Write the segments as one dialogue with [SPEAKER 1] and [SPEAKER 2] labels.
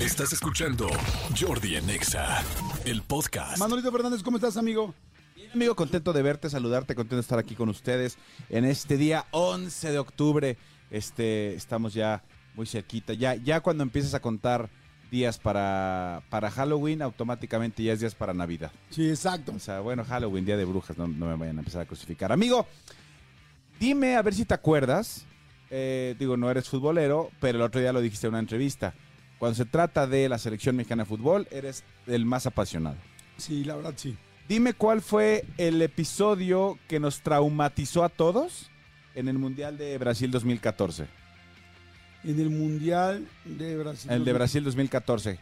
[SPEAKER 1] Estás escuchando Jordi en Exa, el podcast.
[SPEAKER 2] Manolito Fernández, ¿cómo estás, amigo?
[SPEAKER 3] Amigo, contento de verte, saludarte, contento de estar aquí con ustedes en este día 11 de octubre. Este, estamos ya muy cerquita. Ya, ya cuando empiezas a contar días para, para Halloween, automáticamente ya es días para Navidad.
[SPEAKER 2] Sí, exacto.
[SPEAKER 3] O sea, bueno, Halloween, día de brujas, no, no me vayan a empezar a crucificar. Amigo, dime a ver si te acuerdas. eh, digo, no eres futbolero, pero el otro día lo dijiste en una entrevista. Cuando se trata de la selección mexicana de fútbol, eres el más apasionado.
[SPEAKER 2] Sí, la verdad, sí.
[SPEAKER 3] Dime cuál fue el episodio que nos traumatizó a todos en el Mundial de Brasil 2014.
[SPEAKER 2] En el Mundial de Brasil.
[SPEAKER 3] El de Brasil 2014.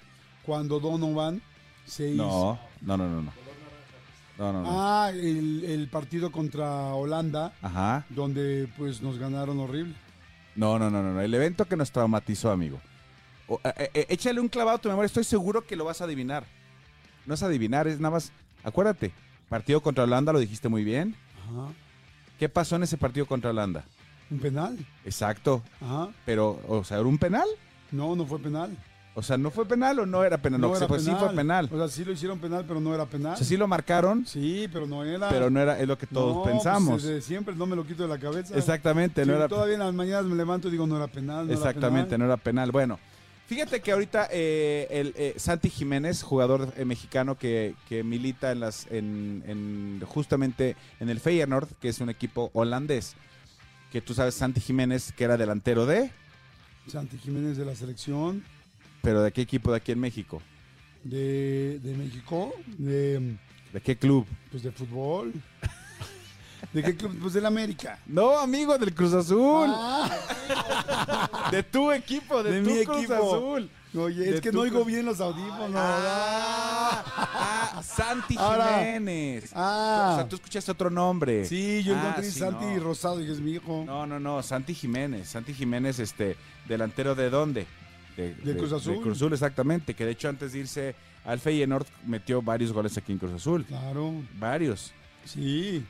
[SPEAKER 2] Cuando Donovan se hizo.
[SPEAKER 3] No, no, no, no. No, no, no. no.
[SPEAKER 2] Ah, el, el partido contra Holanda,
[SPEAKER 3] Ajá.
[SPEAKER 2] donde pues nos ganaron horrible.
[SPEAKER 3] No, no, no, no. no. El evento que nos traumatizó, amigo. O, eh, eh, échale un clavado a tu memoria. Estoy seguro que lo vas a adivinar. No es adivinar, es nada más. Acuérdate. Partido contra Holanda, lo dijiste muy bien.
[SPEAKER 2] Ajá.
[SPEAKER 3] ¿Qué pasó en ese partido contra Holanda?
[SPEAKER 2] Un penal.
[SPEAKER 3] Exacto.
[SPEAKER 2] Ajá.
[SPEAKER 3] Pero, o sea, ¿era un penal?
[SPEAKER 2] No, no fue penal.
[SPEAKER 3] O sea, ¿no fue penal o no era penal? No,
[SPEAKER 2] era
[SPEAKER 3] pues sí fue penal.
[SPEAKER 2] O sea, sí lo hicieron penal, pero no era penal.
[SPEAKER 3] O sea, sí lo marcaron,
[SPEAKER 2] Sí, pero no era.
[SPEAKER 3] pero no era es lo que todos
[SPEAKER 2] No, pues,
[SPEAKER 3] pensamos.
[SPEAKER 2] desde siempre no me lo quito de la cabeza.
[SPEAKER 3] Exactamente,
[SPEAKER 2] Sí,
[SPEAKER 3] no era
[SPEAKER 2] Todavía en las mañanas me levanto y digo, no era penal. no era
[SPEAKER 3] exactamente,
[SPEAKER 2] penal.
[SPEAKER 3] no era penal. Bueno, fíjate que ahorita eh, el eh, Santi Jiménez, jugador eh, mexicano que, que milita en las en, en- justamente en el Feyenoord, que es un equipo holandés, que tú sabes Santi Jiménez que era delantero de,
[SPEAKER 2] Santi Jiménez de la selección
[SPEAKER 3] pero de qué equipo de aquí en México?
[SPEAKER 2] de, de México, de,
[SPEAKER 3] ¿De qué club?
[SPEAKER 2] pues de fútbol. ¿De qué club? Pues del América.
[SPEAKER 3] No, amigo del Cruz Azul,
[SPEAKER 2] Ah,
[SPEAKER 3] de tu equipo, de,
[SPEAKER 2] De
[SPEAKER 3] tu
[SPEAKER 2] mi
[SPEAKER 3] Cruz
[SPEAKER 2] equipo.
[SPEAKER 3] Azul.
[SPEAKER 2] oye,
[SPEAKER 3] De
[SPEAKER 2] es que
[SPEAKER 3] tu
[SPEAKER 2] no oigo
[SPEAKER 3] Cruz-
[SPEAKER 2] bien los audífonos.
[SPEAKER 3] Ah, ah, Santi
[SPEAKER 2] Ahora.
[SPEAKER 3] Jiménez.
[SPEAKER 2] Ah.
[SPEAKER 3] O sea, tú escuchaste otro nombre.
[SPEAKER 2] Sí, yo
[SPEAKER 3] Ah,
[SPEAKER 2] encontré
[SPEAKER 3] sí,
[SPEAKER 2] Santi
[SPEAKER 3] no.
[SPEAKER 2] Rosado, que es mi hijo.
[SPEAKER 3] No, no, no, Santi Jiménez. Santi Jiménez, este, delantero de dónde? De,
[SPEAKER 2] De Cruz Azul.
[SPEAKER 3] Cruz Azul, exactamente. Que de hecho antes de irse al Feyenoord metió varios goles aquí en Cruz Azul.
[SPEAKER 2] Claro,
[SPEAKER 3] Varios.
[SPEAKER 2] sí.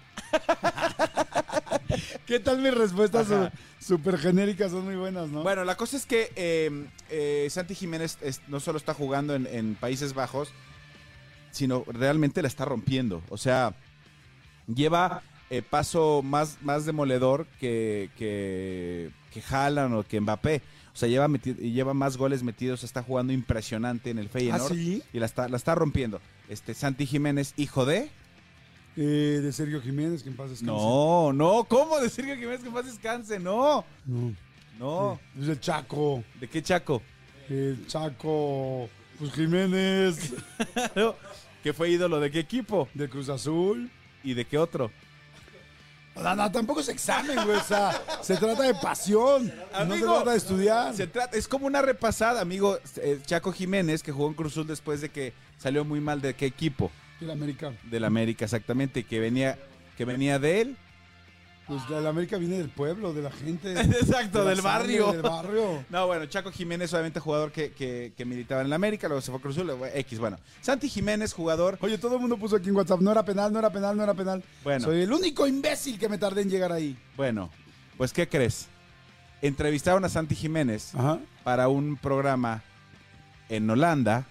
[SPEAKER 2] ¿Qué tal mis respuestas
[SPEAKER 3] Ajá.
[SPEAKER 2] súper genéricas? Son muy buenas, ¿no?
[SPEAKER 3] Bueno, la cosa es que eh, eh, Santi Jiménez es- no solo está jugando en, en Países Bajos, sino realmente la está rompiendo. O sea, lleva eh, paso más, más demoledor que, que, que Haaland o que Mbappé. O sea, lleva, meti- lleva más goles metidos, está jugando impresionante en el
[SPEAKER 2] ¿Ah,
[SPEAKER 3] Feyenoord.
[SPEAKER 2] sí?
[SPEAKER 3] Y la está, la está rompiendo. Este, Santi Jiménez, hijo de...
[SPEAKER 2] Eh, de Sergio Jiménez, que en paz descanse.
[SPEAKER 3] No, no, ¿cómo decir que Jiménez que más descanse? No,
[SPEAKER 2] No.
[SPEAKER 3] no.
[SPEAKER 2] Es el Chaco.
[SPEAKER 3] ¿De qué Chaco?
[SPEAKER 2] El Chaco. Pues Jiménez.
[SPEAKER 3] Claro, que fue ídolo de qué equipo
[SPEAKER 2] De Cruz Azul.
[SPEAKER 3] y de qué otro.
[SPEAKER 2] No, no, tampoco es examen, güey. O sea, se trata de pasión. no se
[SPEAKER 3] Amigo,
[SPEAKER 2] trata de estudiar.
[SPEAKER 3] Se trata, es como una repasada, amigo. eh, Chaco Jiménez, que jugó en Cruzul después de que salió muy mal de qué equipo,
[SPEAKER 2] El América.
[SPEAKER 3] del América, exactamente, que venía, que venía de él.
[SPEAKER 2] Pues el América viene del pueblo, de la gente.
[SPEAKER 3] Exacto,
[SPEAKER 2] de la
[SPEAKER 3] del
[SPEAKER 2] sangre,
[SPEAKER 3] barrio.
[SPEAKER 2] Del barrio.
[SPEAKER 3] No, bueno, Chaco Jiménez, obviamente jugador que, que- que militaba en el América, luego se fue a Cruzul, luego X, bueno. Santi Jiménez, jugador.
[SPEAKER 2] Oye, todo el mundo puso aquí en WhatsApp, no era penal, no era penal, no era penal.
[SPEAKER 3] Bueno.
[SPEAKER 2] Soy el único imbécil que me tardé en llegar ahí.
[SPEAKER 3] Bueno, pues ¿qué crees? Entrevistaron a Santi Jiménez.
[SPEAKER 2] Ajá.
[SPEAKER 3] para un programa en Holanda.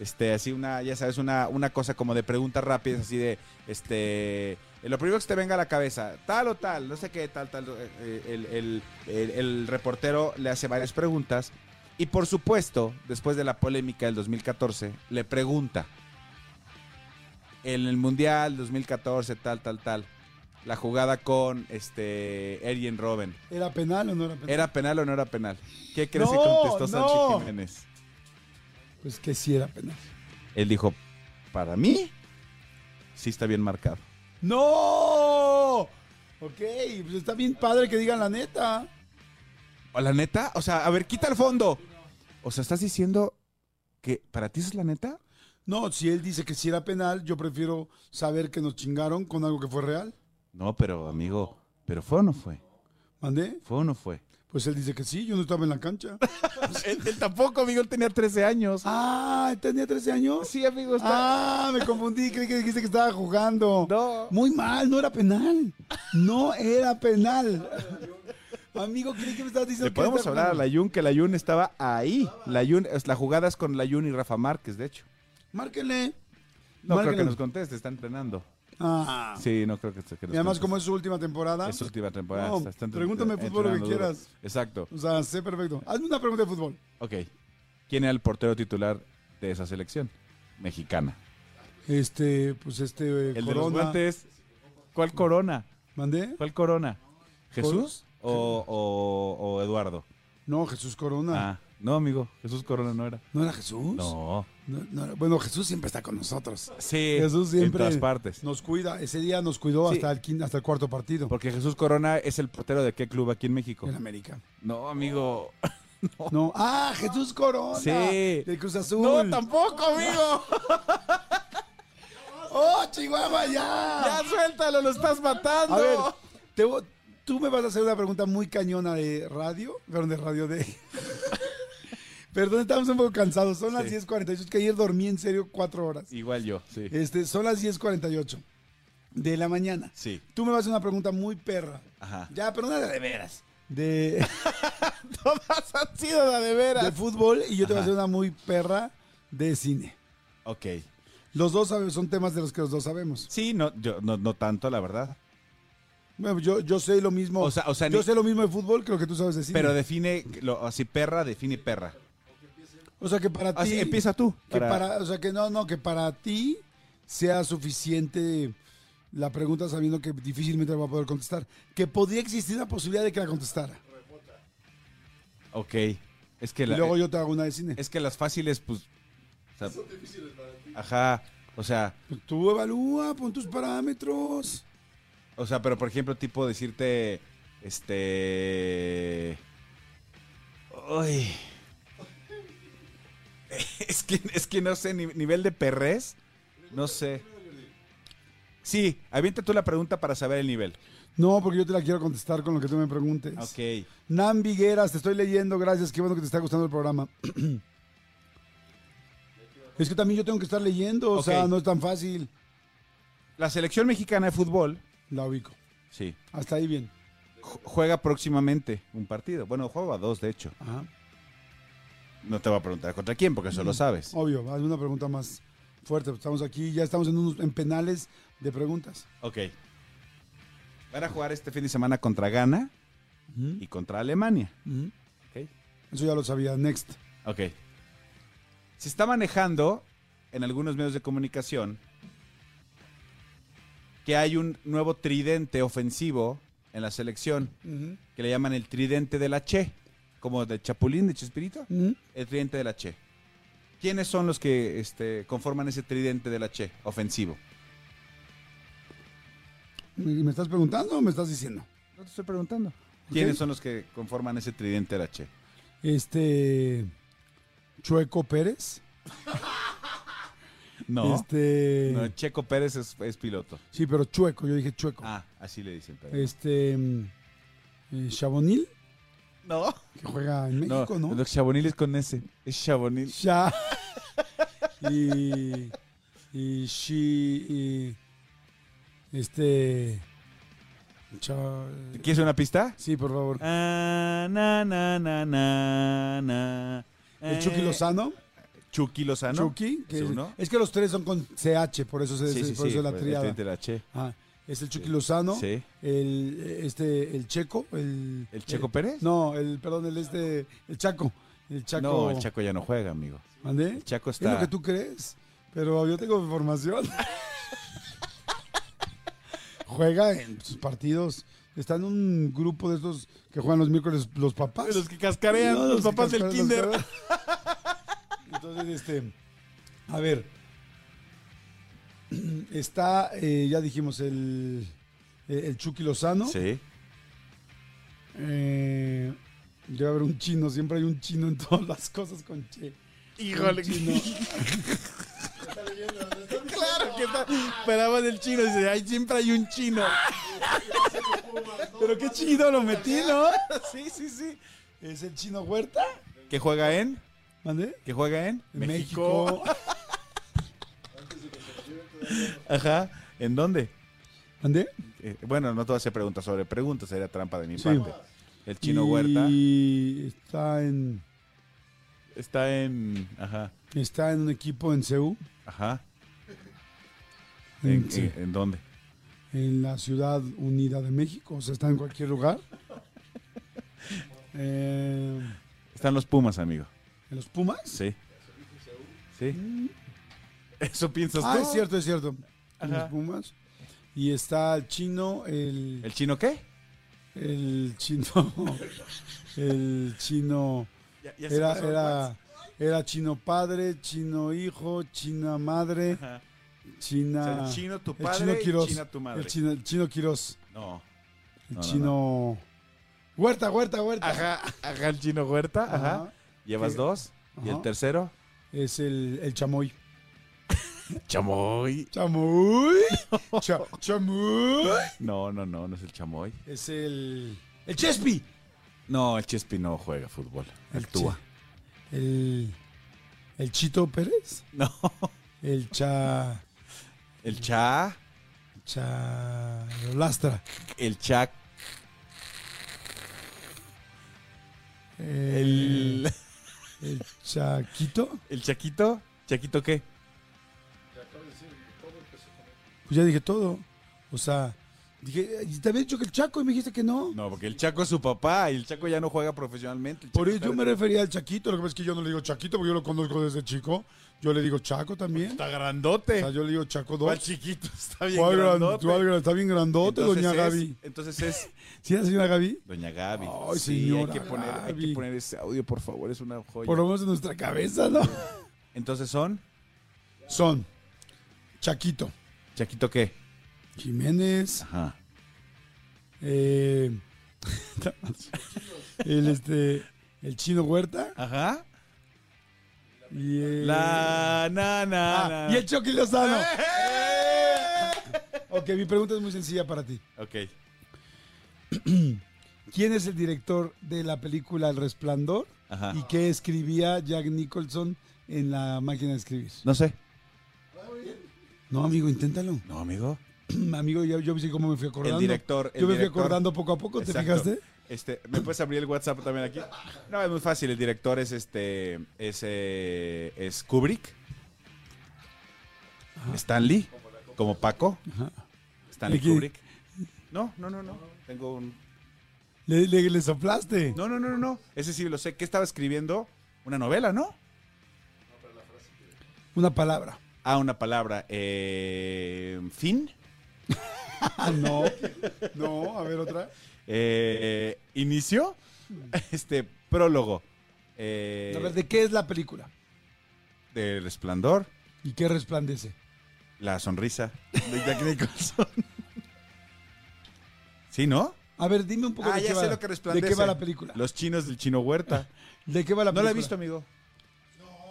[SPEAKER 3] Este, así una, ya sabes, una, una cosa como de preguntas rápidas, así de, este, lo primero que se te venga a la cabeza, tal o tal, no sé qué, tal, tal, eh, el, el- el- el reportero le hace varias preguntas y por supuesto, después de la polémica del 2014, le pregunta, en el Mundial 2014, tal, tal, tal, la jugada con, este, Erien Robben,
[SPEAKER 2] ¿Era penal o no era penal?
[SPEAKER 3] ¿Era penal o no era penal? ¿Qué crees que
[SPEAKER 2] No,
[SPEAKER 3] contestó Sánchez
[SPEAKER 2] no.
[SPEAKER 3] Jiménez?
[SPEAKER 2] Pues que sí era penal.
[SPEAKER 3] Él dijo, para mí, sí está bien marcado.
[SPEAKER 2] ¡No! Ok, pues está bien padre que digan la neta.
[SPEAKER 3] ¿O la neta? O sea, a ver, quita el fondo. O sea, ¿estás diciendo que para ti eso es la neta?
[SPEAKER 2] No, si él dice que sí era penal, yo prefiero saber que nos chingaron con algo que fue real.
[SPEAKER 3] No, pero amigo, ¿pero fue o no fue?
[SPEAKER 2] ¿Mandé?
[SPEAKER 3] ¿Fue o no fue?
[SPEAKER 2] Pues él dice que sí, yo no estaba en la cancha.
[SPEAKER 3] él, tampoco, amigo, él tenía 13 años.
[SPEAKER 2] ah, ¿tenía 13 años?
[SPEAKER 3] sí, amigo, está...
[SPEAKER 2] Ah, me confundí, creí que dijiste que estaba jugando.
[SPEAKER 3] No.
[SPEAKER 2] Muy mal, no era penal. No era penal. Amigo, creí que me estabas diciendo
[SPEAKER 3] Le
[SPEAKER 2] que
[SPEAKER 3] podemos
[SPEAKER 2] está
[SPEAKER 3] hablar a
[SPEAKER 2] jugando.
[SPEAKER 3] Layun, que Layun estaba ahí. Layun, es- la jugada es con Layun y Rafa Márquez, de hecho.
[SPEAKER 2] Márquenle.
[SPEAKER 3] No creo que
[SPEAKER 2] Márquenle.
[SPEAKER 3] nos conteste, está entrenando.
[SPEAKER 2] Ah.
[SPEAKER 3] Sí, no creo que, que nos
[SPEAKER 2] Y además,
[SPEAKER 3] conteste.
[SPEAKER 2] como es su última temporada.
[SPEAKER 3] Es su última temporada.
[SPEAKER 2] No,
[SPEAKER 3] está- está entre-
[SPEAKER 2] pregúntame fútbol lo que
[SPEAKER 3] entrenando duro.
[SPEAKER 2] quieras.
[SPEAKER 3] Exacto.
[SPEAKER 2] O sea, sé perfecto. Hazme una pregunta de fútbol.
[SPEAKER 3] Ok. ¿Quién era el portero titular de esa selección? Mexicana.
[SPEAKER 2] Este, pues este. eh,
[SPEAKER 3] El de los
[SPEAKER 2] corona.
[SPEAKER 3] guantes. ¿Cuál corona?
[SPEAKER 2] ¿Mandé?
[SPEAKER 3] ¿Cuál corona? ¿Jesús o, o- o Eduardo?
[SPEAKER 2] No, Jesús Corona.
[SPEAKER 3] Ah, no, amigo. Jesús Corona no era.
[SPEAKER 2] ¿No era Jesús?
[SPEAKER 3] No.
[SPEAKER 2] No, no, bueno, Jesús siempre está con nosotros.
[SPEAKER 3] Sí.
[SPEAKER 2] Jesús siempre
[SPEAKER 3] En todas partes.
[SPEAKER 2] Nos cuida. Ese día nos cuidó
[SPEAKER 3] Sí.
[SPEAKER 2] hasta, el quin- hasta el cuarto partido.
[SPEAKER 3] Porque Jesús Corona es el portero de qué club aquí en México.
[SPEAKER 2] En América.
[SPEAKER 3] No, amigo.
[SPEAKER 2] No. Ah, Jesús Corona.
[SPEAKER 3] Sí.
[SPEAKER 2] Del Cruz Azul.
[SPEAKER 3] tampoco, amigo.
[SPEAKER 2] ¡Oh, Chihuahua, ya!
[SPEAKER 3] suéltalo, lo estás matando.
[SPEAKER 2] A ver, te vo- tú me vas a hacer una pregunta muy cañona de radio, perdón, de radio de... perdón, estamos un poco cansados, son las
[SPEAKER 3] Sí.
[SPEAKER 2] 10.48, que ayer dormí en serio cuatro horas.
[SPEAKER 3] Igual yo, sí.
[SPEAKER 2] Este, son las 10.48 de la mañana.
[SPEAKER 3] Sí.
[SPEAKER 2] Tú me vas a hacer una pregunta muy perra.
[SPEAKER 3] Ajá.
[SPEAKER 2] Ya, pero una de de veras. De,
[SPEAKER 3] Todas han sido la de veras.
[SPEAKER 2] de fútbol y yo te voy a
[SPEAKER 3] Ajá.
[SPEAKER 2] hacer una muy perra de cine.
[SPEAKER 3] Ok.
[SPEAKER 2] Los dos sabe- son temas de los que los dos sabemos.
[SPEAKER 3] Sí, no, yo, no, no tanto, la verdad.
[SPEAKER 2] Bueno, yo, yo sé lo mismo.
[SPEAKER 3] O sea- o sea,
[SPEAKER 2] yo
[SPEAKER 3] ni-
[SPEAKER 2] sé lo mismo de fútbol que lo que tú sabes de cine.
[SPEAKER 3] Pero define, lo, así perra, define perra.
[SPEAKER 2] o sea que para
[SPEAKER 3] Así,
[SPEAKER 2] ti.
[SPEAKER 3] empieza tú.
[SPEAKER 2] Que
[SPEAKER 3] Para-
[SPEAKER 2] para... o sea, que no, no, que para ti sea suficiente la pregunta sabiendo que difícilmente la va a poder contestar. Que podría existir la posibilidad de que la contestara.
[SPEAKER 3] Ok. Es que,
[SPEAKER 2] Y
[SPEAKER 3] la- eh,
[SPEAKER 2] luego yo te hago una de cine.
[SPEAKER 3] es que las fáciles, pues... o sea, Ajá. O sea,
[SPEAKER 2] Pues Tú evalúa, pon tus parámetros.
[SPEAKER 3] o sea, pero por ejemplo, tipo decirte, este... Ay. Es que, es que no sé, ni- nivel de perrés, no sé. Sí, avienta tú la pregunta para saber el nivel.
[SPEAKER 2] No, porque yo te la quiero contestar con lo que tú me preguntes.
[SPEAKER 3] Ok.
[SPEAKER 2] Nan Vigueras, te estoy leyendo, gracias, qué bueno que te está gustando el programa. es que también yo tengo que estar leyendo, o
[SPEAKER 3] Ok.
[SPEAKER 2] sea, no es tan fácil.
[SPEAKER 3] La selección mexicana de fútbol,
[SPEAKER 2] La ubico.
[SPEAKER 3] sí,
[SPEAKER 2] Hasta ahí bien.
[SPEAKER 3] ju- juega próximamente un partido. Bueno, juega dos, de hecho.
[SPEAKER 2] Ajá.
[SPEAKER 3] No te voy a preguntar contra quién, porque eso lo sabes.
[SPEAKER 2] Obvio, haz una pregunta más fuerte. Estamos aquí, ya estamos en, unos, en penales de preguntas.
[SPEAKER 3] Ok. Van a jugar este fin de semana contra Ghana y contra Alemania. Ok.
[SPEAKER 2] Eso ya lo sabía. Next.
[SPEAKER 3] Ok. Se está manejando en algunos medios de comunicación que hay un nuevo tridente ofensivo en la selección que le llaman el tridente de la Che, como de Chapulín de Chespirito.
[SPEAKER 2] Ujú.
[SPEAKER 3] El tridente de la Che. ¿Quiénes son los que este, conforman ese tridente de la Che ofensivo?
[SPEAKER 2] ¿Me me estás preguntando o me estás diciendo?
[SPEAKER 3] No te estoy preguntando. ¿Quiénes
[SPEAKER 2] Ok.
[SPEAKER 3] son los que conforman ese tridente de la Che?
[SPEAKER 2] Este. Chueco Pérez.
[SPEAKER 3] No.
[SPEAKER 2] Este.
[SPEAKER 3] No, Checo Pérez es, es piloto.
[SPEAKER 2] Sí, pero Chueco, yo dije Chueco.
[SPEAKER 3] Ah, así le dicen. pero-
[SPEAKER 2] Este. mm, eh, Chabonil,
[SPEAKER 3] No.
[SPEAKER 2] que juega en México, ¿no?
[SPEAKER 3] Los chaboniles con ese. Es chabonil.
[SPEAKER 2] Cha- y. Y Shi. y, este. Cha-
[SPEAKER 3] ¿Quieres una pista?
[SPEAKER 2] Sí, por favor.
[SPEAKER 3] Ah, na, na, na, na, na.
[SPEAKER 2] El Chucky
[SPEAKER 3] Eh,
[SPEAKER 2] Lozano.
[SPEAKER 3] Chucky Lozano.
[SPEAKER 2] Chucky. Que
[SPEAKER 3] ¿Es
[SPEAKER 2] es,
[SPEAKER 3] uno?
[SPEAKER 2] es que los tres son con CH, por eso, se,
[SPEAKER 3] Sí, sí,
[SPEAKER 2] por
[SPEAKER 3] sí,
[SPEAKER 2] eso es la
[SPEAKER 3] pues, el
[SPEAKER 2] triada.
[SPEAKER 3] tridente de la Che.
[SPEAKER 2] Ajá. Es el Chucky Lozano.
[SPEAKER 3] Sí.
[SPEAKER 2] El, este, el Checo. El,
[SPEAKER 3] ¿El Checo Pérez?
[SPEAKER 2] Eh, No, el, perdón, el este, el Chaco. El Chaco.
[SPEAKER 3] No, el Chaco ya no juega, amigo.
[SPEAKER 2] ¿Mandé?
[SPEAKER 3] El Chaco
[SPEAKER 2] Es lo
[SPEAKER 3] está.
[SPEAKER 2] que tú crees, pero yo tengo información. Juega en sus partidos. Está en un grupo de estos que juegan los miércoles los papás.
[SPEAKER 3] Los que cascarean,
[SPEAKER 2] No,
[SPEAKER 3] los,
[SPEAKER 2] que
[SPEAKER 3] papás del
[SPEAKER 2] cascaron, los
[SPEAKER 3] kinder.
[SPEAKER 2] que- Entonces, este. A ver. Está, eh, ya dijimos, el, eh, el Chucky Lozano.
[SPEAKER 3] Sí.
[SPEAKER 2] Eh, debe haber un chino, siempre hay un chino en todas las cosas con che.
[SPEAKER 3] Híjole.
[SPEAKER 2] Un chino.
[SPEAKER 3] Claro que está. Esperaban el chino. Dice, ay, siempre hay un chino.
[SPEAKER 2] Pero qué chido lo metí, ¿no?
[SPEAKER 3] Sí, sí, sí.
[SPEAKER 2] ¿Es el chino Huerta?
[SPEAKER 3] ¿Qué juega en?
[SPEAKER 2] ¿Mande?
[SPEAKER 3] ¿Qué juega en? Ajá. ¿En dónde?
[SPEAKER 2] ¿Mande?
[SPEAKER 3] Eh, bueno, no te voy a hacer preguntas sobre preguntas, sería trampa de mi
[SPEAKER 2] Sí.
[SPEAKER 3] parte. El chino Huerta.
[SPEAKER 2] Y está en,
[SPEAKER 3] Está en. Ajá.
[SPEAKER 2] está en un equipo en CEU,
[SPEAKER 3] Ajá.
[SPEAKER 2] en,
[SPEAKER 3] ¿En, en- en dónde?
[SPEAKER 2] en la Ciudad Unida de México, o sea, está en cualquier lugar. Eh,
[SPEAKER 3] Están los Pumas, amigo.
[SPEAKER 2] ¿En los Pumas?
[SPEAKER 3] Sí. Sí. Eso piensas
[SPEAKER 2] Ah,
[SPEAKER 3] tú.
[SPEAKER 2] es cierto, es cierto. En
[SPEAKER 3] Ajá.
[SPEAKER 2] los Pumas. Y está el chino, el...
[SPEAKER 3] ¿El chino qué?
[SPEAKER 2] El chino. El chino. Era, era, era chino padre, chino hijo, china madre,
[SPEAKER 3] Ajá. O sea,
[SPEAKER 2] china.
[SPEAKER 3] el chino tu
[SPEAKER 2] el
[SPEAKER 3] padre
[SPEAKER 2] chino Quirós,
[SPEAKER 3] y china tu madre.
[SPEAKER 2] El chino, el chino Quirós.
[SPEAKER 3] No.
[SPEAKER 2] El
[SPEAKER 3] No, no,
[SPEAKER 2] chino. Huerta, huerta, huerta.
[SPEAKER 3] Ajá, ajá, el chino Huerta, ajá.
[SPEAKER 2] Ajá.
[SPEAKER 3] Llevas
[SPEAKER 2] Sí.
[SPEAKER 3] dos. Y el
[SPEAKER 2] Ajá.
[SPEAKER 3] tercero,
[SPEAKER 2] Es el, el chamoy.
[SPEAKER 3] chamoy.
[SPEAKER 2] ¿Chamoy? Cha- ¿Chamoy?
[SPEAKER 3] No, no, no, no es el chamoy.
[SPEAKER 2] Es el. El chespi.
[SPEAKER 3] No, el Chespi no juega fútbol.
[SPEAKER 2] El
[SPEAKER 3] Actúa.
[SPEAKER 2] chi- El. El Chito Pérez.
[SPEAKER 3] No.
[SPEAKER 2] El cha.
[SPEAKER 3] El cha,
[SPEAKER 2] Cha. Lastra.
[SPEAKER 3] el cha,
[SPEAKER 2] El,
[SPEAKER 3] el,
[SPEAKER 2] el Chaquito.
[SPEAKER 3] el chaquito. ¿Chaquito qué?
[SPEAKER 2] Pues ya dije todo. O sea, dije, y te había dicho que el Chaco y me dijiste que no.
[SPEAKER 3] No, porque el chaco es su papá y el chaco ya no juega profesionalmente. El
[SPEAKER 2] Por
[SPEAKER 3] Chaco
[SPEAKER 2] eso yo
[SPEAKER 3] está-
[SPEAKER 2] me refería al Chaquito. Lo que pasa es que yo no le digo Chaquito porque yo lo conozco desde chico. Yo le digo Chaco también.
[SPEAKER 3] Está
[SPEAKER 2] O sea,
[SPEAKER 3] grandote.
[SPEAKER 2] yo le digo Chaco
[SPEAKER 3] ¿Cuál
[SPEAKER 2] 2.
[SPEAKER 3] chiquito? Está bien
[SPEAKER 2] ¿Cuál gran-
[SPEAKER 3] grandote.
[SPEAKER 2] cuál gran- está bien grandote,
[SPEAKER 3] Entonces
[SPEAKER 2] doña
[SPEAKER 3] es-
[SPEAKER 2] Gaby.
[SPEAKER 3] Entonces es
[SPEAKER 2] ¿Sí, la señora Gaby?
[SPEAKER 3] Doña Gaby.
[SPEAKER 2] Ay,
[SPEAKER 3] sí, hay
[SPEAKER 2] señora
[SPEAKER 3] que, poner, hay que
[SPEAKER 2] Gaby.
[SPEAKER 3] poner ese audio, por favor, es una joya.
[SPEAKER 2] Por lo menos en nuestra cabeza, ¿no?
[SPEAKER 3] Entonces son
[SPEAKER 2] Son Chaquito,
[SPEAKER 3] Chaquito qué?
[SPEAKER 2] Jiménez,
[SPEAKER 3] Ajá.
[SPEAKER 2] eh, el, este, el Chino Huerta
[SPEAKER 3] Ajá.
[SPEAKER 2] y el...
[SPEAKER 3] La na na.
[SPEAKER 2] Eh. Ah,
[SPEAKER 3] na.
[SPEAKER 2] y el Chucky Lozano.
[SPEAKER 3] ¡Eh!
[SPEAKER 2] Ok, mi pregunta es muy sencilla para ti.
[SPEAKER 3] Ok.
[SPEAKER 2] ¿Quién es el director de la película El Resplandor?
[SPEAKER 3] Ajá.
[SPEAKER 2] ¿Y qué escribía Jack Nicholson en la máquina de escribir?
[SPEAKER 3] No sé.
[SPEAKER 2] No, amigo, inténtalo.
[SPEAKER 3] No, amigo.
[SPEAKER 2] amigo, yo, yo vi cómo me fui acordando.
[SPEAKER 3] El director. el
[SPEAKER 2] yo me fui
[SPEAKER 3] director.
[SPEAKER 2] acordando poco a poco, ¿te
[SPEAKER 3] Exacto.
[SPEAKER 2] fijaste?
[SPEAKER 3] Este, ¿me puedes abrir el WhatsApp también aquí? No, es muy fácil. El director es este. Es, eh, es Kubrick. Stanley. Como Paco.
[SPEAKER 2] Ajá.
[SPEAKER 3] Stanley
[SPEAKER 2] ¿Y qué?
[SPEAKER 3] Kubrick. No, no, no, no. Tengo un.
[SPEAKER 2] Le, le- le soplaste.
[SPEAKER 3] No, no, no, no, no. Ese sí lo sé. ¿Qué estaba escribiendo? Una novela, ¿no?
[SPEAKER 2] Una palabra.
[SPEAKER 3] Ah, una palabra. Eh, fin.
[SPEAKER 2] Ah, no. No, a ver otra.
[SPEAKER 3] Eh, inicio. Este, prólogo. Eh,
[SPEAKER 2] A ver, ¿de qué es la película?
[SPEAKER 3] de Resplandor.
[SPEAKER 2] ¿Y qué resplandece?
[SPEAKER 3] La sonrisa de Jack Nicholson. ¿Sí, no?
[SPEAKER 2] A ver, dime un poco
[SPEAKER 3] Ah,
[SPEAKER 2] de,
[SPEAKER 3] ya sé
[SPEAKER 2] qué va, la-
[SPEAKER 3] lo que resplandece.
[SPEAKER 2] de qué va la película.
[SPEAKER 3] Los chinos del chino Huerta.
[SPEAKER 2] ¿De qué va la
[SPEAKER 3] no la
[SPEAKER 2] película?
[SPEAKER 3] he visto, amigo.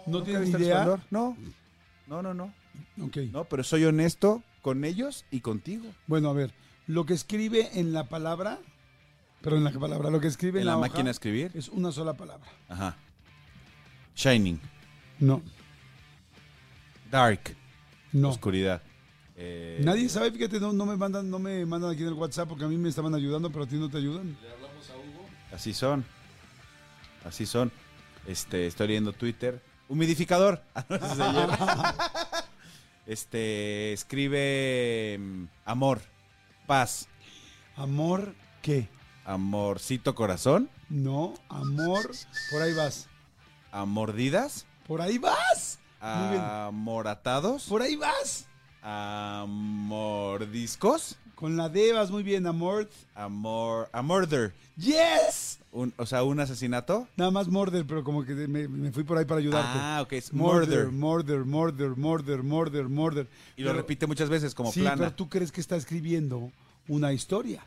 [SPEAKER 2] ¿No
[SPEAKER 3] ¿Nunca
[SPEAKER 2] tienes
[SPEAKER 3] viste
[SPEAKER 2] ni idea?
[SPEAKER 3] Resplandor? No. No, no, no.
[SPEAKER 2] Ok.
[SPEAKER 3] No, pero soy honesto con ellos y contigo.
[SPEAKER 2] Bueno, a ver, lo que escribe en la palabra, pero en la palabra, lo que escribe en,
[SPEAKER 3] en la,
[SPEAKER 2] hoja
[SPEAKER 3] máquina de escribir.
[SPEAKER 2] es una sola palabra.
[SPEAKER 3] Ajá. Shining.
[SPEAKER 2] No,
[SPEAKER 3] Dark.
[SPEAKER 2] no.
[SPEAKER 3] Oscuridad. Eh,
[SPEAKER 2] Nadie sabe, fíjate, no, no me mandan, no me mandan aquí en el WhatsApp porque a mí me estaban ayudando, pero a ti no te ayudan.
[SPEAKER 3] Así son. Así son. Este, estoy leyendo Twitter. Humidificador. Ah, no, ese es ayer. este, escribe mm, amor, paz,
[SPEAKER 2] Amor, ¿qué?
[SPEAKER 3] amorcito corazón,
[SPEAKER 2] No, amor, por ahí vas.
[SPEAKER 3] a mordidas,
[SPEAKER 2] Por ahí vas. Muy bien.
[SPEAKER 3] a moratados,
[SPEAKER 2] Por ahí vas.
[SPEAKER 3] a mordiscos,
[SPEAKER 2] Con la D vas muy bien, amor.
[SPEAKER 3] a, mor- a murder.
[SPEAKER 2] ¡Yes!
[SPEAKER 3] Un- o sea, un asesinato.
[SPEAKER 2] Nada más murder, pero como que me, me fui por ahí para ayudarte.
[SPEAKER 3] Ah, ok, es murder.
[SPEAKER 2] murder, murder, murder, murder, murder, murder.
[SPEAKER 3] Y lo
[SPEAKER 2] Pero-
[SPEAKER 3] repite muchas veces como
[SPEAKER 2] sí,
[SPEAKER 3] plana.
[SPEAKER 2] pero tú crees que está escribiendo una historia.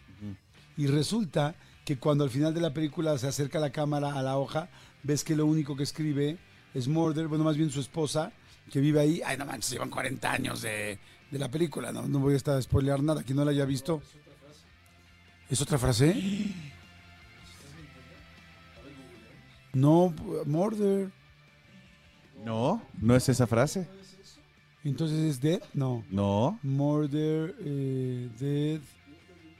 [SPEAKER 2] Y resulta que cuando al final de la película se acerca la cámara a la hoja, ves que lo único que escribe es Murder, bueno, más bien su esposa, que vive ahí. Ay, no manches, llevan 40 años de, de la película, no, no voy a estar a spoilear nada, que no la haya visto. ¿Es otra frase? No, Murder.
[SPEAKER 3] No, no es esa frase.
[SPEAKER 2] Entonces es Dead, no.
[SPEAKER 3] No.
[SPEAKER 2] Murder, eh, Dead.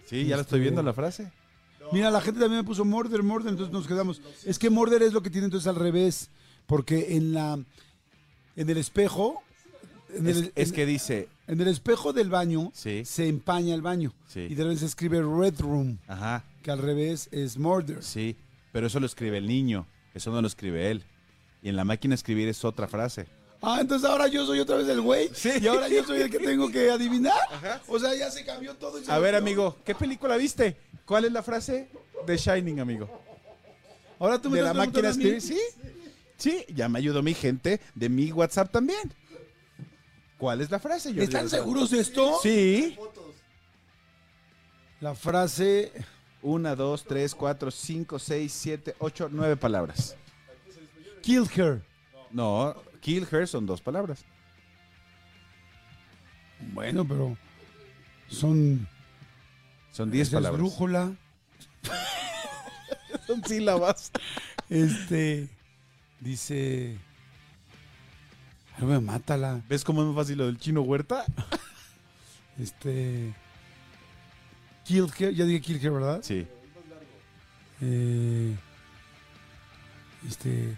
[SPEAKER 3] Sí, ya lo estoy
[SPEAKER 2] Este-
[SPEAKER 3] viendo la frase.
[SPEAKER 2] No, Mira, la gente también me puso Morder, Morder, entonces nos quedamos. Es que Morder es lo que tiene entonces al revés, porque en la en el espejo en
[SPEAKER 3] Es,
[SPEAKER 2] el,
[SPEAKER 3] es
[SPEAKER 2] en-
[SPEAKER 3] que dice,
[SPEAKER 2] en el espejo del baño
[SPEAKER 3] Sí.
[SPEAKER 2] se empaña el baño
[SPEAKER 3] Sí.
[SPEAKER 2] y de repente se escribe Red Room,
[SPEAKER 3] ajá,
[SPEAKER 2] que al revés es Morder.
[SPEAKER 3] sí, pero eso lo escribe el niño, eso no lo escribe él. Y en la máquina escribir es otra frase.
[SPEAKER 2] Ah, entonces ahora yo soy otra vez el güey
[SPEAKER 3] Sí.
[SPEAKER 2] y ahora yo soy el que tengo que adivinar. O sea, ya se cambió todo. y se
[SPEAKER 3] A ver,
[SPEAKER 2] volvió.
[SPEAKER 3] amigo, ¿qué película viste? ¿Cuál es la frase de Shining, amigo?
[SPEAKER 2] Ahora tú me
[SPEAKER 3] ¿De la
[SPEAKER 2] estás
[SPEAKER 3] máquina
[SPEAKER 2] preguntando a
[SPEAKER 3] escribir?
[SPEAKER 2] mí.
[SPEAKER 3] Sí. Sí, ya me ayudó mi gente de mi WhatsApp también. ¿Cuál es la frase? Jordi
[SPEAKER 2] ¿Están
[SPEAKER 3] Rosado?
[SPEAKER 2] seguros de esto?
[SPEAKER 3] Sí.
[SPEAKER 2] La frase
[SPEAKER 3] Una, dos, tres, cuatro, cinco, seis, siete, ocho, nueve palabras.
[SPEAKER 2] Kill her.
[SPEAKER 3] No, kill her son dos palabras.
[SPEAKER 2] Bueno, pero son
[SPEAKER 3] Son diez
[SPEAKER 2] esa es
[SPEAKER 3] palabras.
[SPEAKER 2] brújula.
[SPEAKER 3] Son sílabas.
[SPEAKER 2] Este dice Ay, güey, mátala.
[SPEAKER 3] ¿Ves cómo es más fácil lo del chino huerta?
[SPEAKER 2] Este Kill her, ya dije kill her, ¿verdad?
[SPEAKER 3] Sí.
[SPEAKER 2] Eh, este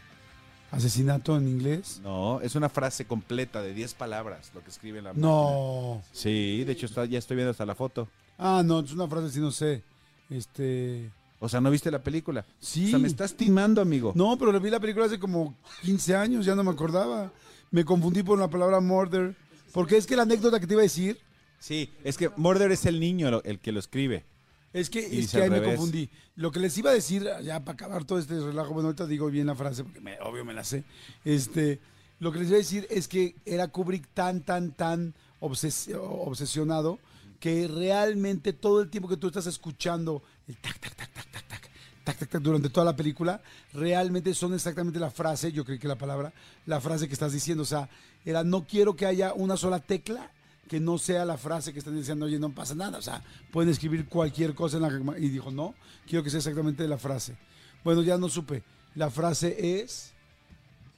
[SPEAKER 2] asesinato en inglés.
[SPEAKER 3] No, es una frase completa de diez palabras lo que escribe la máquina.
[SPEAKER 2] No.
[SPEAKER 3] Sí, de hecho está- ya estoy viendo hasta la foto.
[SPEAKER 2] Ah, no, es una frase si no sé. Este
[SPEAKER 3] O sea, ¿no viste la película?
[SPEAKER 2] sí.
[SPEAKER 3] O sea, me estás timando, amigo.
[SPEAKER 2] No, pero vi la película hace como 15 años, ya no me acordaba. Me confundí por la palabra murder. Porque es que la anécdota que te iba a decir
[SPEAKER 3] Sí, es que Murder es el niño lo- el que lo escribe.
[SPEAKER 2] es que,
[SPEAKER 3] Y
[SPEAKER 2] es
[SPEAKER 3] dice
[SPEAKER 2] que
[SPEAKER 3] al
[SPEAKER 2] ahí me
[SPEAKER 3] revés.
[SPEAKER 2] confundí. Lo que les iba a decir, ya para acabar todo este relajo, bueno, ahorita digo bien la frase, porque me- obvio me la sé. Este, lo que les iba a decir es que era Kubrick tan, tan, tan obses- obsesionado que realmente todo el tiempo que tú estás escuchando el tac, tac, tac, tac, tac, tac, tac, tac, tac, durante toda la película, realmente son exactamente la frase, yo creí que la palabra, la frase que estás diciendo. O sea, era no quiero que haya una sola tecla que no sea la frase que están diciendo, oye, no pasa nada. O sea, pueden escribir cualquier cosa en la... Y dijo, no, quiero que sea exactamente la frase. Bueno, ya no supe. La frase es...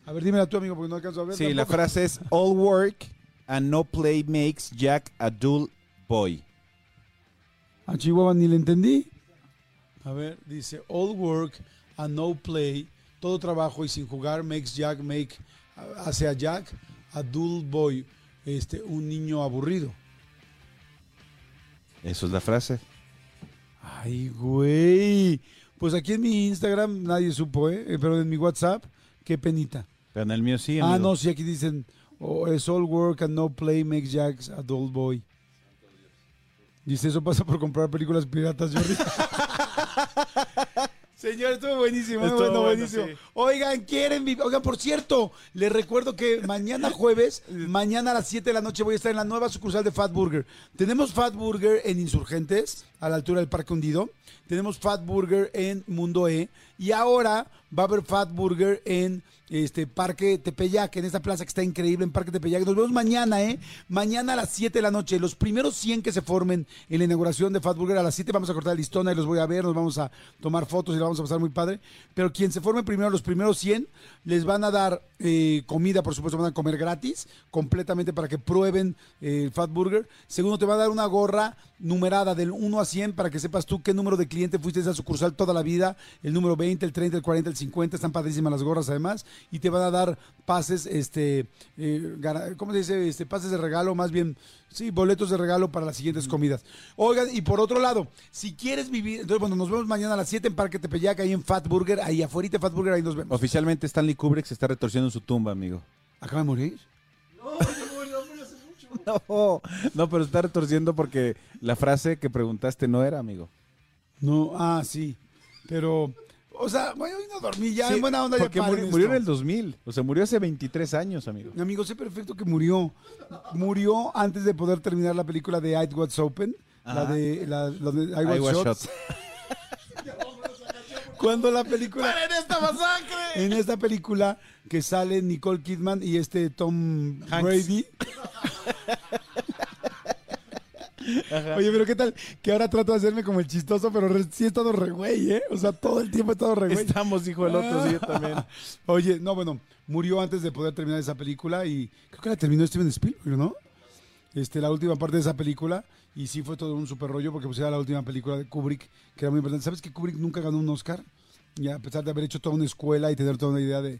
[SPEAKER 2] A ver, dímela tú, amigo, porque no alcanzo a ver.
[SPEAKER 3] Sí, la
[SPEAKER 2] tampoco.
[SPEAKER 3] frase es All work and no play makes Jack a dull boy.
[SPEAKER 2] A Chihuahua ni le entendí. A ver, dice, all work and no play, todo trabajo y sin jugar makes Jack make, hace a Jack a dull boy, este, un niño aburrido.
[SPEAKER 3] Eso es la frase.
[SPEAKER 2] Ay, güey. Pues aquí en mi Instagram nadie supo, ¿eh? Eh, Pero en mi WhatsApp, qué penita.
[SPEAKER 3] Pero en el mío sí,
[SPEAKER 2] Ah,
[SPEAKER 3] amigo.
[SPEAKER 2] no, sí, aquí dicen, oh, es all work and no play makes Jack a dull boy. Dice, eso pasa por comprar películas piratas, Jordi. Señor, estuvo buenísimo, muy
[SPEAKER 3] Estuvo
[SPEAKER 2] bueno,
[SPEAKER 3] bueno,
[SPEAKER 2] buenísimo.
[SPEAKER 3] sí.
[SPEAKER 2] Oigan, quieren vivir. Oigan, por cierto, les recuerdo que mañana jueves, mañana a las 7 de la noche voy a estar en la nueva sucursal de Fat Burger. Tenemos Fat Burger en Insurgentes, a la altura del Parque Hundido. Tenemos Fat Burger en Mundo E. Y ahora va a haber Fat Burger en este Parque Tepeyac, en esta plaza que está increíble en Parque Tepeyac. Nos vemos mañana, ¿eh? Mañana a las 7 de la noche. Los primeros 100 que se formen en la inauguración de Fat Burger a las 7 vamos a cortar el listón y los voy a ver, nos vamos a tomar fotos y la vamos a pasar muy padre. Pero quien se forme primero, los primeros 100, les van a dar eh, comida, por supuesto, van a comer gratis, completamente para que prueben eh, el Fat Burger. Segundo, te va a dar una gorra numerada del 1 a 100 para que sepas tú qué número de cliente fuiste a esa sucursal toda la vida. El número 20, el 30, el 40, el 50. Están padrísimas las gorras además. Y te van a dar pases, este, eh, gara- ¿cómo se dice? Este, pases de regalo, más bien, sí, boletos de regalo para las siguientes comidas. Oigan, y por otro lado, si quieres vivir, entonces, bueno, nos vemos mañana a las 7 en Parque Tepeyac, ahí en Fat Burger, ahí afuera de Fat Burger, ahí nos vemos.
[SPEAKER 3] Oficialmente Stanley Kubrick se está retorciendo en su tumba, amigo.
[SPEAKER 2] ¿Acaba de morir?
[SPEAKER 3] No, no, pero está retorciendo porque la frase que preguntaste no era, amigo.
[SPEAKER 2] No, ah, sí. Pero, o sea, bueno, hoy no dormí ya, en buena onda ya
[SPEAKER 3] porque
[SPEAKER 2] paren
[SPEAKER 3] murió, murió en el
[SPEAKER 2] esto.
[SPEAKER 3] 2000. O sea, murió hace 23 años, amigo.
[SPEAKER 2] Amigo, sé perfecto que murió. Murió antes de poder terminar la película de It Was Open. La
[SPEAKER 3] Ajá.
[SPEAKER 2] de, la, la de I,
[SPEAKER 3] I
[SPEAKER 2] Was
[SPEAKER 3] was
[SPEAKER 2] Shot.
[SPEAKER 3] shot.
[SPEAKER 2] Cuando la película. En esta película que sale Nicole Kidman y este Tom
[SPEAKER 3] Hanks.
[SPEAKER 2] Brady. Oye, pero ¿qué tal? Que ahora trato de hacerme como el chistoso, pero re- sí he estado re güey, ¿eh? O sea, todo el tiempo he estado re güey.
[SPEAKER 3] Estamos, hijo del otro, sí, yo también.
[SPEAKER 2] Oye, no, bueno, murió antes de poder terminar esa película y creo que la terminó Steven Spielberg, ¿no? este, la última parte de esa película y sí fue todo un super rollo porque pues era la última película de Kubrick, que era muy importante. ¿Sabes que Kubrick nunca ganó un Oscar? Ya, a pesar de haber hecho toda una escuela y tener toda una idea de,